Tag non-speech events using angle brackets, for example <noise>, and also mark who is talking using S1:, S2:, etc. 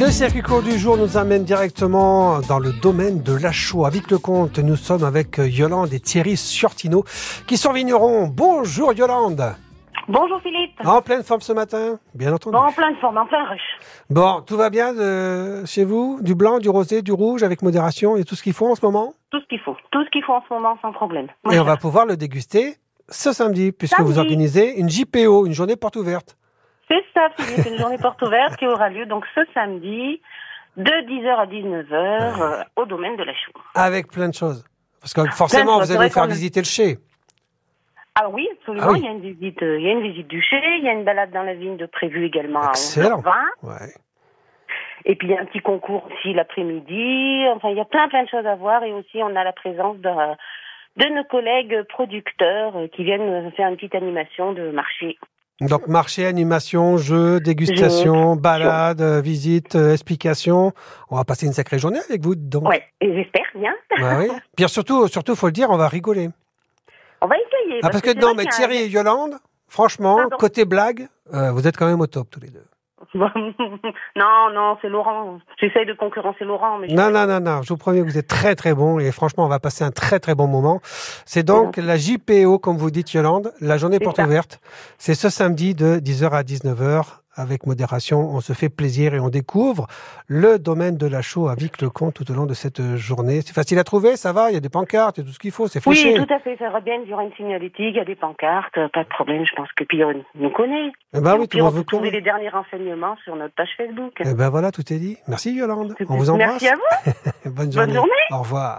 S1: Le circuit court du jour nous amène directement dans le domaine de la chaux. Avec le compte, nous sommes avec euh, Yolande et Thierry Surtino qui sont vignerons. Bonjour Yolande
S2: Bonjour Philippe.
S1: En pleine forme ce matin, bien entendu.
S2: Ah. Bon, en pleine forme, en plein rush.
S1: Bon, tout va bien euh, chez vous Du blanc, du rosé, du rouge, avec modération et tout ce qu'il faut en ce moment
S2: Tout ce qu'il faut. Tout ce qu'il faut en ce moment, sans problème. Moi,
S1: Et
S2: je-
S1: on va pouvoir le déguster ce samedi, puisque vous
S2: Samedi.
S1: organisez une JPO, une journée porte ouverte.
S2: C'est ça, Philippe. Une journée porte ouverte qui aura lieu donc ce samedi de 10h à 19h
S1: Ah.
S2: euh, au domaine de la chou.
S1: Avec plein de choses. Parce que forcément,
S2: Ah, choses,
S1: vous
S2: c'est
S1: allez
S2: vrai
S1: nous faire
S2: qu'on a-
S1: visiter le chai.
S2: Ah oui, absolument.
S1: Ah oui.
S2: Il, y a une visite, euh, il y a une visite du chai, il y a une balade dans la vigne de prévue également à
S1: Excellent.
S2: 11h20.
S1: Ouais.
S2: Et puis il y a un petit concours aussi l'après-midi. Enfin, il y a plein plein de choses à voir et aussi on a la présence d'un- de, nos collègues producteurs euh, qui viennent faire une petite animation de marché.
S1: Donc marché, animation, jeux, dégustation, balade, euh, visite, euh, explication. On va passer une sacrée journée avec vous, donc.
S2: Ouais, et j'espère bien.
S1: Bah
S2: <laughs>
S1: oui. Puis surtout, surtout, faut le dire, on va rigoler.
S2: On va essayer.
S1: Ah, parce que
S2: Eh ben, c'est
S1: non,
S2: vrai
S1: mais
S2: qu'il y a un-
S1: Thierry et Yolande, franchement,
S2: Pardon.
S1: côté blague, euh, vous êtes quand même au top tous les deux.
S2: <laughs> non, non, c'est Laurent. J'essaye de concurrencer Laurent, mais je-
S1: Non, non, non, non. Je vous promets que vous êtes très, très bons et franchement, on va passer un très, très bon moment. C'est donc la JPO, comme vous dites, Yolande, la journée
S2: C'est
S1: porte
S2: ça.
S1: ouverte. C'est ce samedi de 10h à 19h. Avec modération, on se fait plaisir et on découvre le domaine de la chaux à Vic-le-Comte tout au long de cette journée. C'est facile à trouver, ça va, il y a des pancartes, il y a tout ce qu'il faut, c'est
S2: oui,
S1: fléché.
S2: tout à fait. Ça va bien. Il y aura une signalétique, il y a des pancartes, euh, pas de problème. Je pense que puis on nous connaît.
S1: Eh ben oui, tout
S2: puis
S1: le
S2: on
S1: monde vous
S2: peut trouver
S1: connaît.
S2: les derniers renseignements sur notre page Facebook.
S1: Eh ben voilà, tout est dit. Merci Yolande. On vous embrasse.
S2: Merci à vous.
S1: Bonne
S2: Bonne
S1: journée.
S2: journée.
S1: Au revoir.